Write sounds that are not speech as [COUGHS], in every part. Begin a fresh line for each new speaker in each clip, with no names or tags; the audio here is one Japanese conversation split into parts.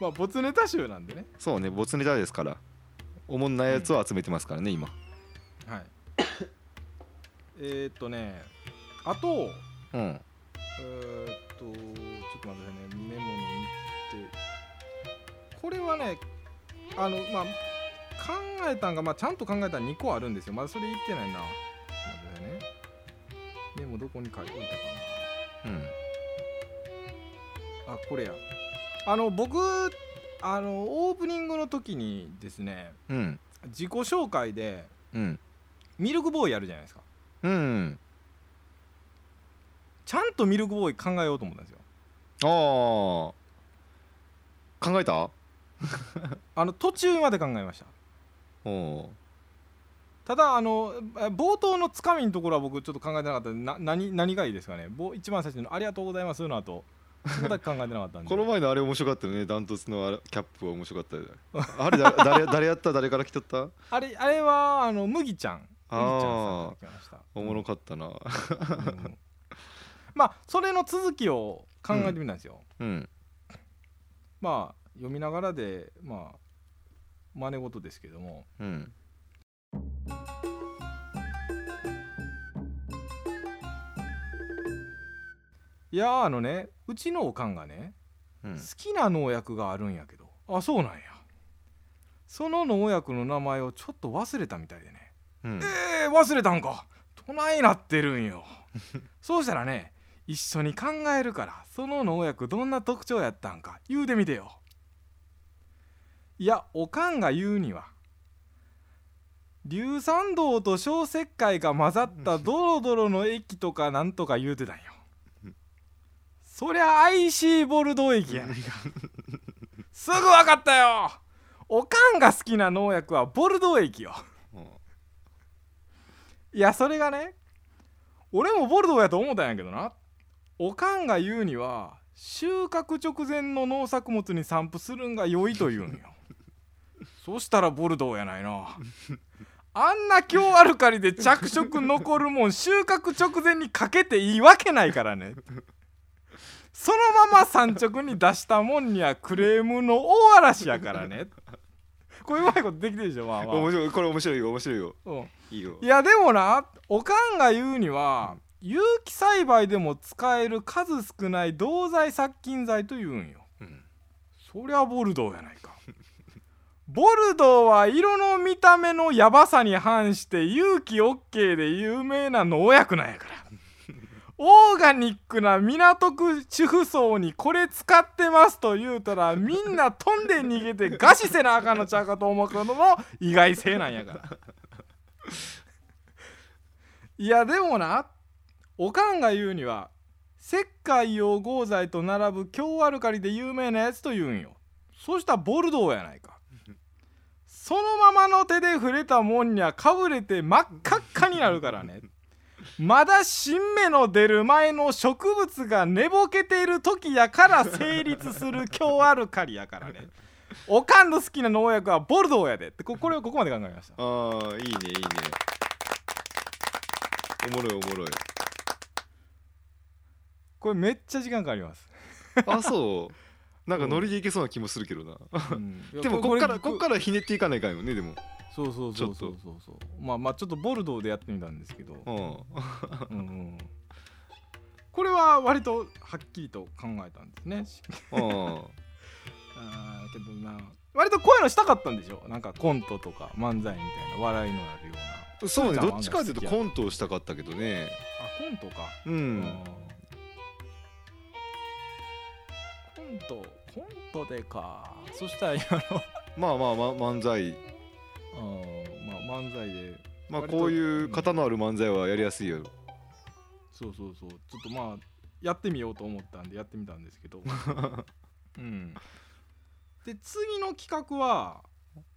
まあボツネタ集なんでね
そうねボツネタですからおもんないやつを集めてますからね、今
はい [COUGHS] えーっとねあと
うん
えーっとちょっと待ってくださいねメモの見てこれはねあのまあ考えたんが、まあ、ちゃんと考えたら2個あるんですよまだそれ言ってないなちょっと待ってくださいねメモどこに書いておいたか
うん
なあこれやあの僕あのオープニングの時にですね
うん
自己紹介で
うん
ミルクボーイやるじゃないですか
うん
ちゃんとミルクボーイ考えようと思ったんですよ
ああ考えた
あの途中まで考えました
おお
ただあのえ冒頭のつかみのところは僕ちょっと考えてなかったんでな何何がいいですかねぼ一番最初の「ありがとうございます」の後そこだけ考えてなかったん
[LAUGHS]
で
この前のあれ面白かったよねダントツのあれキャップは面白かったよあれだ誰 [LAUGHS] 誰やった誰から来とった
あれあれはあの麦ちゃん麦ちゃんさんから来ました
おもろかったな
うんうん [LAUGHS] まあそれの続きを考えてみたんですよ、
うん
まあ読みながらでまあ真似事ですけども
うん
いやーあのねうちのおかんがね
うん
好きな農薬があるんやけどあそうなんやその農薬の名前をちょっと忘れたみたいでね
うん
えー、忘れたんかどないなってるん [LAUGHS] よそうしたらね一緒に考えるからその農薬どんな特徴やったんか言うてみてよいやおかんが言うには硫酸銅と小石灰が混ざったドロドロの液とかなんとか言うてたんよそりゃ IC ボルドー液やないかすぐ分かったよおかんが好きな農薬はボルドー液よいやそれがね俺もボルドーやと思ったんやけどなおかんが言うには収穫直前の農作物に散布するんが良いと言うんよそしたらボルドーやないなあんな強アルカリで着色残るもん収穫直前にかけていいわけないからねそのまま産直に出したもんにはクレームの大嵐やからねこういうまいことできてるでしょまあまあ
面白いこれ面白いよ面白いよ
うん
いいよ
いやでもなおかんが言うには有機栽培でも使える数少ない銅剤殺菌剤というんよ
うん
そりゃボルドーやないか [LAUGHS] ボルドーは色の見た目のヤバさに反して有機 OK で有名な農薬なんや
[LAUGHS]
からオーガニックな港区主婦層にこれ使ってますと言うたらみんな飛んで逃げて餓死せなあかんのちゃうかと思うのも意外性なんやからいやでもなおかんが言うには石灰用合剤と並ぶ強アルカリで有名なやつと言うんよそうしたらボルドーやないかそのままの手で触れたもんにはかぶれて真っ赤っかになるからねまだ新芽の出る前の植物が寝ぼけている時やから成立する強アルカリやからねおかんの好きな農薬はボルドーやでってここれをここまで考えました
ああいいねいいねおもろいおもろい
これめっちゃ時間かかります、
あそうなんかノリでいけそうな気もするけどな、
うん
でもこっからこっからひねっていかないかんよねでも
そうそうそうそう
ち
そうそうまあまあちょっとボルドーでやってみたんですけ [LAUGHS] ど、
うん
うんうんこれは割とはっきりと考えたんですねし
[LAUGHS] うん
あーけどな割とこういうのしたかったんでしょなんかコントとか漫才みたいな笑いのあるような
そうね
鶴ちゃん
ど
は
っちかというと
好きや
コントをしたかったけどね
あコントか
う
うんコントコントでかそしたら今
まあまあ、ま、漫才
の、うんまあ、漫才で
まあ
割と
こういう型のある漫才はやりやすいよ
そうそうそうちょっとまあやってみようと思ったんでやってみたんですけ
[LAUGHS]
どうんで次の企画は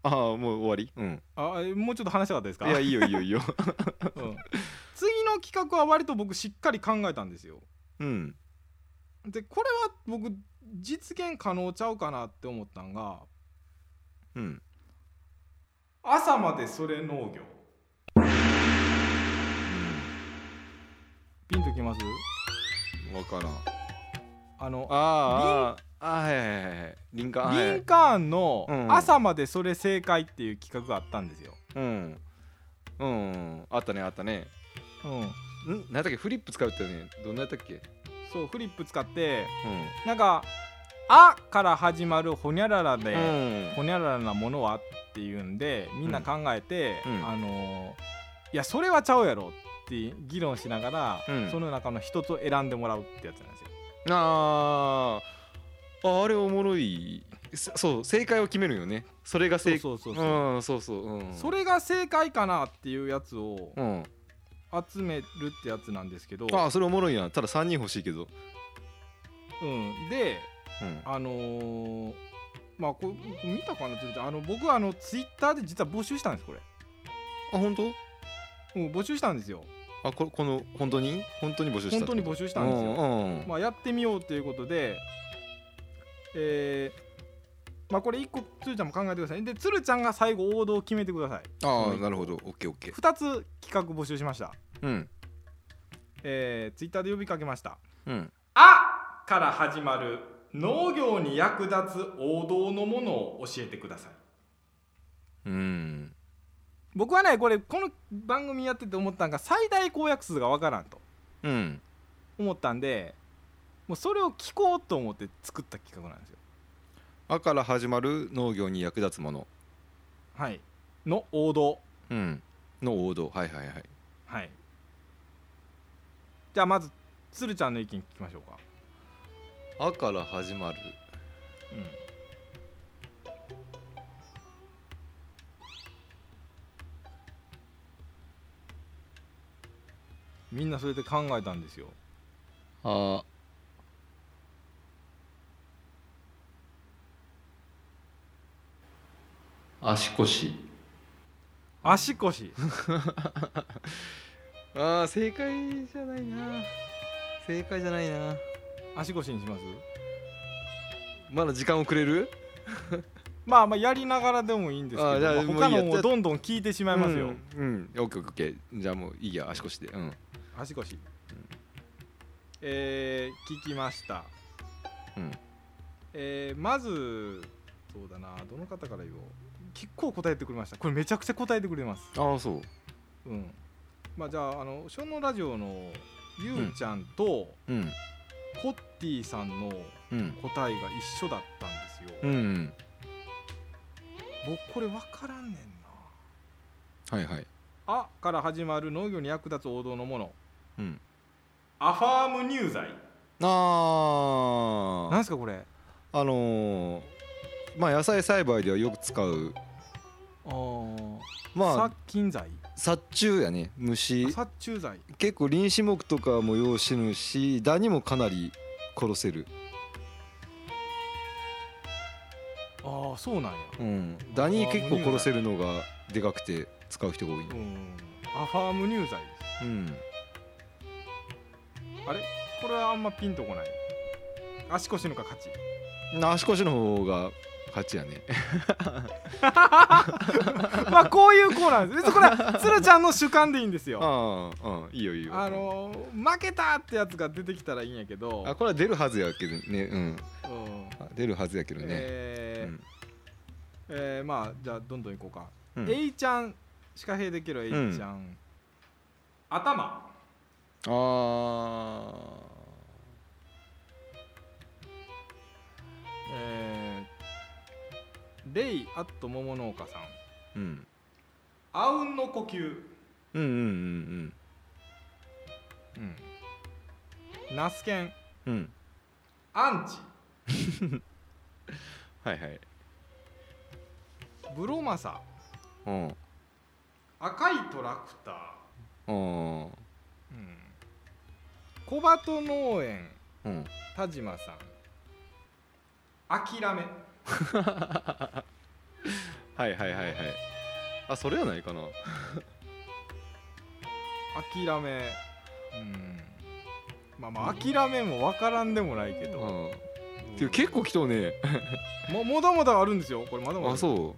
ああもう終わりうん
あえもうちょっと話したかったですか
いやいいよいいよいいよ [LAUGHS]
うん次の企画は割と僕しっかり考えたんですよ
うん
でこれは僕実現可能ちゃうかなって思ったんが
うん
朝までそれ農業ピンときます
分からん
あの
あああはいはいはいはいリンカーンはい
リンカーンの
うん
朝までそれ正解っていう企画があったんですよ。
うんうんあったねあったね
うん、
ん何やったっけフリップ使うってねどんなやったっけ
そうフリップ使って
うん
なんか「あ」から始まるほにゃららで、
うん
ほにゃららなものはっていうんでみんな考えて、
うんうん
あのーいやそれはちゃうやろって議論しながら、
うん
その中の一つを選んでもらうってやつなんですよ。
あーああれおもろいそそう正解を決めるよねそれが正解
そうそうそうそう
うんそうそううん
それが正解かなっていうやつを
うん
集めるってやつなんですけど、
ああそれおもろいやんただ3人欲しいけど
うん、で
うん
あのーまあここ見たかなちょっとあの僕はあのツイッターで実は募集したんですこれ、
あ本当
うん、募集したんですよ
あここの本当に本当に募集した
本当に募集したんですよ、
うんうん
まあ、やってみようということでえーまあこれ一個つるちゃんも考えてくださいでつるちゃんが最後王道を決めてください
ああなるほどオッケーオッケー
2つ企画募集しました
うん
えー、ツイッターで呼びかけました
うん
「あ」から始まる農業に役立つ王道のものを教えてください
うん
僕はねこれこの番組やってて思ったんが最大公約数がわからんと
うん
思ったんでもうそれを聞こうと思って作った企画なんですよ
「あ」から始まる農業に役立つもの、
はいの王道
うん、の王道はいはいはい
はいじゃあまずつるちゃんの意見聞きましょうか、
「あ」から始まる
みんなそれで考えたんですよ
「あ」足腰
足腰
ああ正解じゃないな正解じゃないな
足腰にします
まだ時間をくれる
まあまあやりながらでもいいんですけ
あ
ど
じゃあ
まあ
もう
他
いいや
のもどんどん聞いてしまいますよ、
うん、うん、オッケーオッケーオッケーじゃあもういいや足腰でうん
足腰、えー、聞きました、
うん
えー、まずそうだなどの方から言おう結構答えてくれましたこれめちゃくちゃ答えてくれます
ああそう
うんまあじゃああの小脳ラジオのゆうちゃんと
うん
コッティさんの
うん
答えが一緒だったんですよ、
うん
僕これ分からんねんな
はいはい
「あ」から始まる農業に役立つ王道のもの
うん
アファーム乳剤
あ
なんすかこれ
あのー、まあ野菜栽培ではよく使う
あー
まあ
殺菌剤
殺虫やね虫
殺虫剤
結構臨死目とかもよう死ぬしダニもかなり殺せる、
ああそうなんや
うん、ダニ結構殺せるのがでかくて使う人が多い、
うんアファーム乳剤で
うん、
すあれこれはあんまピンとこない足腰のか
[LAUGHS]
勝ち
足腰の方が勝ちや [LAUGHS] ね
まあこういうコーナーです別にこれは鶴ちゃんの主観でいいんですよ
ああうんいいよいいよ
あのー負けたってやつが出てきたらいいんやけど
あこれは出るはずやけどねうん
うん
あ出るはずやけどね、
えー
うん
えーまあじゃあどんどんいこうか
うん
A ちゃん歯科平できる A ちゃん、頭
あ
えー、レイアット桃農家さん
ーうん
あうんの呼吸
うんうんうん
うんナスケン
うんうん
アンチ
はいはい
ブロマサ
うん
赤いトラクター、
う
う
ん
ん、小鳩農園
うん
田島さん諦め
はいはいはいはいあそれやないかな
諦めうんまあまあ諦めも分からんでもないけ
う
ど、
んていう結構来とうね
ももだもだあるんですよこれまだまだ
あ
う
そ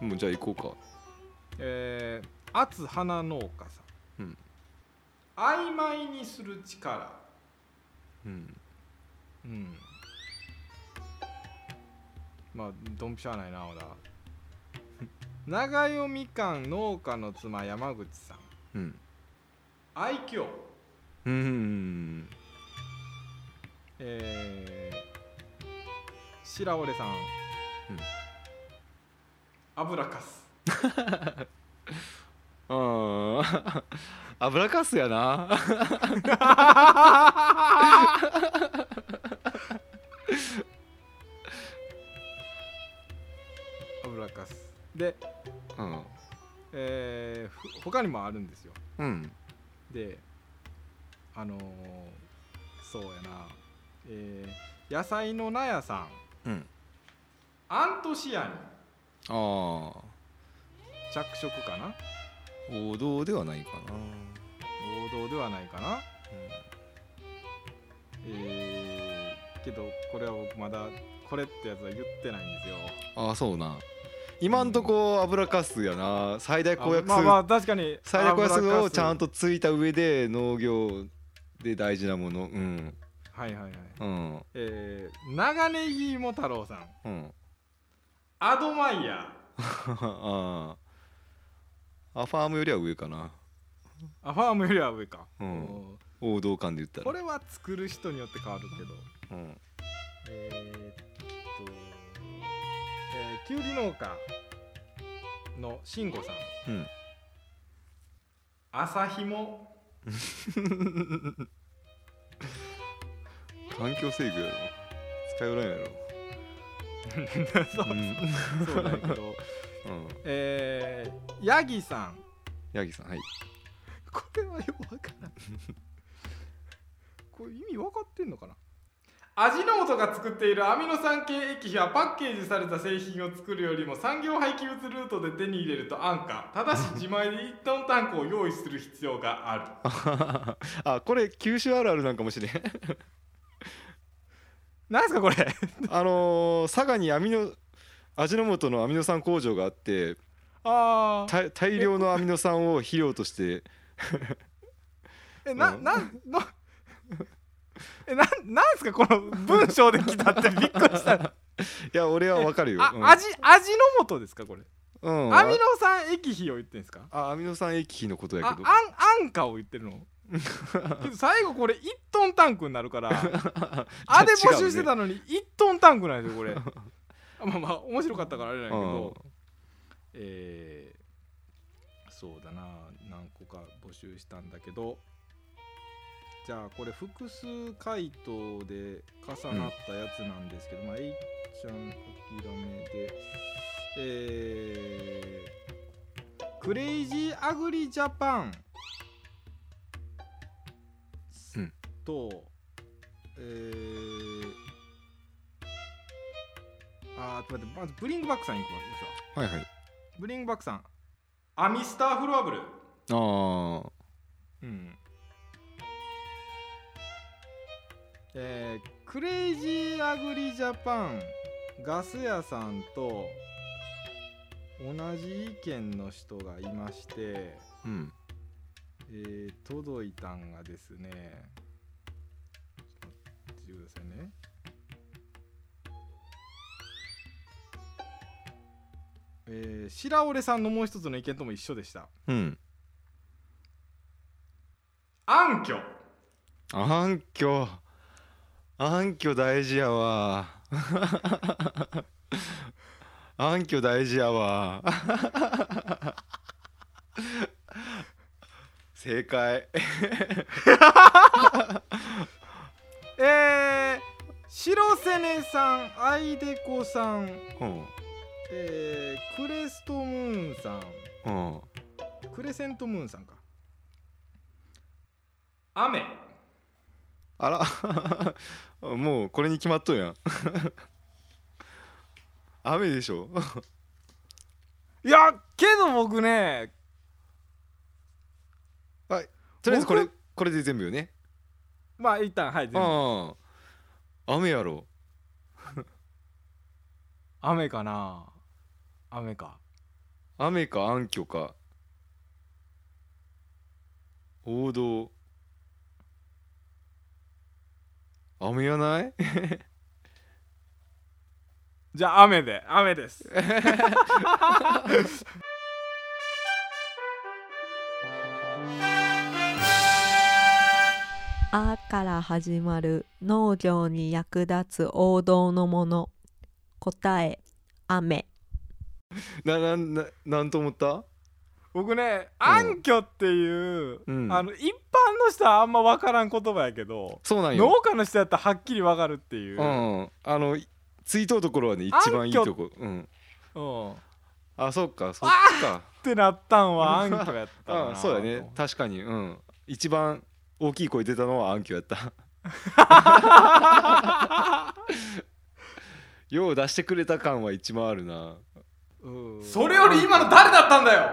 うもうじゃあ行こ
えー、厚花農家さん、
うん
曖昧にする力
うかうん
うんまあドンピシャないなまだ [LAUGHS] 長代みかん農家の妻山口さん
うん
愛嬌
うんうん
えー白織さん、
うん
油かす
うんああ [LAUGHS] 油かすやな
油かすで、
うん
えーふ他にもあるんですよ
うん
であのーそうやな、えー野菜の納屋さん
うん
アントシアニン
ああ
着色かな
王道ではないかな
王道ではないかなえー、けどこれは僕まだこれってやつは言ってないんですよ
ああそうな今んとこ油かすやな最大公約
あまあ
数
まあ確かに
最大公約数をちゃん
と
とついた上で農業で大事なものうん
はいはいはい
うん
えー、長ネギも太郎さん
うん [LAUGHS]
アドマイヤ
ああアファームよりは上かな
ーアファームよりは上か、
うん
おー
王道感で言ったら
これは作る人によって変わるけど
うん
えー、っとえー、きゅうり農家の慎吾さん
うん
朝ひも
環境制御やろ使いよらんや
[LAUGHS] [LAUGHS]
ろ
そう
うん
そうだけ [LAUGHS] ど
うん
えー、ヤギさん
ヤギさんはい [LAUGHS]
これはよくわからんこれ意味分かってんのかな味の素が作っているアミノ酸系液肥はパッケージされた製品を作るよりも産業廃棄物ルートで手に入れると安価ただし自前で1トンタンクを用意する必要がある
あこれ九州あるあるなんかもしれん [LAUGHS]
何ですかこれ
あのー佐賀にアミノ味の素のアミノ酸工場があって
ああ
大大量のアミノ酸を肥料として
え
な
な
うん
なな [LAUGHS] えななんですかこの文章で来たってびっくりした
いや俺はわかるよ、
あ
うん
味味の素ですかこれ
うん
アミノ酸液肥を言ってんですか
あアミノ酸液肥のことや
あ
けど
あん安価を言ってる
[LAUGHS]
のけど最後これ1トンタンクになるからあで募集してたのに1トンタンクなんですよこれあまあまあ面白かったからあれなんやけど、えーそうだな何個か募集したんだけどじゃあこれ複数回答で重なったやつなんですけど、まあえいちゃん諦めでえークレイジーアグリジャパン
うん
と、えーあーちょっと待ってまずブリングバックさん行くわけですわ
うんはいはい
ブリングバックさんアミスターフロアブル
あー
うんえークレイジーアグリジャパンガス屋さんと同じ意見の人がいまして、
うん
えー届いたんがですねちょっと待ってくださいねえー白織さんのもう一つの意見とも一緒でした
うん
暗渠
暗渠暗渠大事やわ暗渠大事やわ正解
えー、白瀬根さんアイデコさん、
うん
えークレストムーンさん
うん
クレセントムーンさんか雨
あらもうこれに決まっとるやん雨でしょ
いやけど僕ね
はいとりあえずこれ
僕
これで全部よね
まあ一旦はい全部
ああ雨やろ
雨かな雨か
雨か暗渠か王道雨やない
じゃあ雨で雨です
[LAUGHS]
「あ」から始まる農業に役立つ王道のもの答え雨
[LAUGHS] ななななんと思った
僕ね暗渠っていう、
うん
あの一般の人はあんま分からん言葉やけど
そうなんよ
農家の人やったらはっきり分かるっていう、
う
うん
んあのいツイートのところはね一番いいとこうん
っ
あそっかそっか
てなったんは暗渠やったか
あ
な
そうだね確かにうん一番大きい声出たのは暗渠やった [LAUGHS] よう出してくれた感は一番あるな
うん
それより今の誰だったんだよ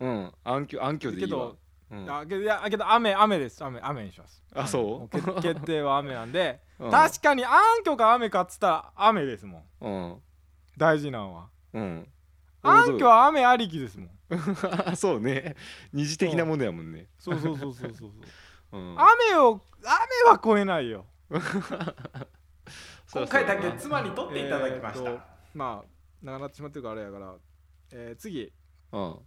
うん、うん、暗渠暗渠でいいわうん、
あけどいやけど雨雨です雨雨にします
あそう
も決決定は雨なん [LAUGHS] で、
うん
確かに暗渠か雨かっつったら雨ですもん
うん
大事なのは
うん
暗渠は雨ありきですもん
あ [LAUGHS] そうね
[LAUGHS]
二次的なものやもんね、
そうそうそうそうそうそう
うん、
[LAUGHS] 雨を雨は超えないよ
そ
今
らそう
回
やな
だけ妻に取っていただきました、
えーっとまあ長なってしまってるからあれやから、えー次
うん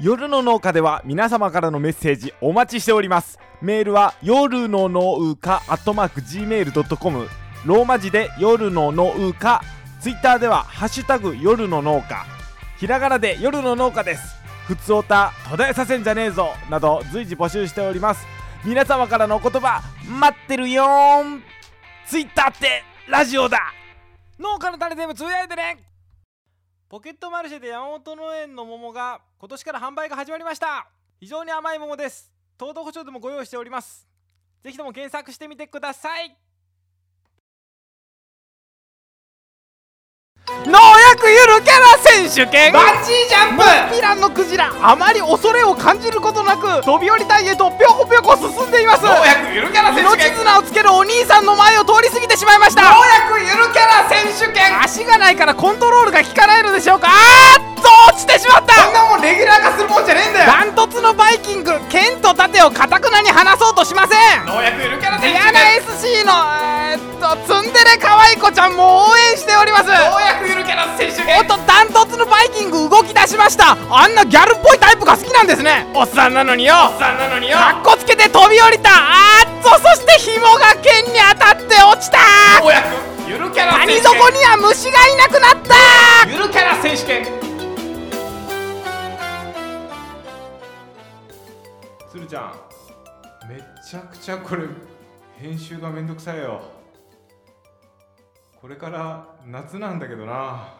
夜の農家では皆様からのメッセージお待ちしておりますメールは夜の農家アットマーク Gmail.com ローマ字で夜の農家ツイッターでは「ハッシュタグ夜の農家」ひらがなで夜の農家ですふつおた途絶えさせんじゃねえぞなど随時募集しております皆様からのお言葉待ってるよーんツイッターってラジオだ農家の種全部つぶやいてねポケットマルシェで山本農園の桃が今年から販売が始まりました非常に甘い桃です糖度保証でもご用意しておりますぜひとも検索してみてください農薬ゆるキャラ選手権
バッジージャンプ
ピランのクジラあまり恐れを感じることなく飛び降りたいへとぴょこぴょこ進んでいます
農薬ゆるキャラ選
命
手権
綱をつけるお兄さんの前を通り過ぎてしまいました
農薬ゆるキャラ選手権
足がないからコントロールが効かないのでしょうかあーっと落ちてしまった
こんなもんレギュラー化するもんじゃねえんだよ
ダントツのバイキング剣と盾をかたくなに離そうとしません
農薬ゆるキャラ選手
嫌
権
な SC のえーっとツンデレ可愛い子ちゃんも応援しております
農薬ゆるキャラ選手
お
権
っとダントツのバイキング動き出しましたあんなギャルっぽいタイプが好きなんですねおっさんなのによ
さんなのによ
かっこつけて飛び降りたあーっとそして紐が剣に当たって落ちた
農薬ゆるキャラ
谷
選手
底
権
には虫がいなくなった
ゆるキャラ選手権
鶴ちゃんめちゃくちゃこれ編集がめんどくさいよこれから夏なんだけどな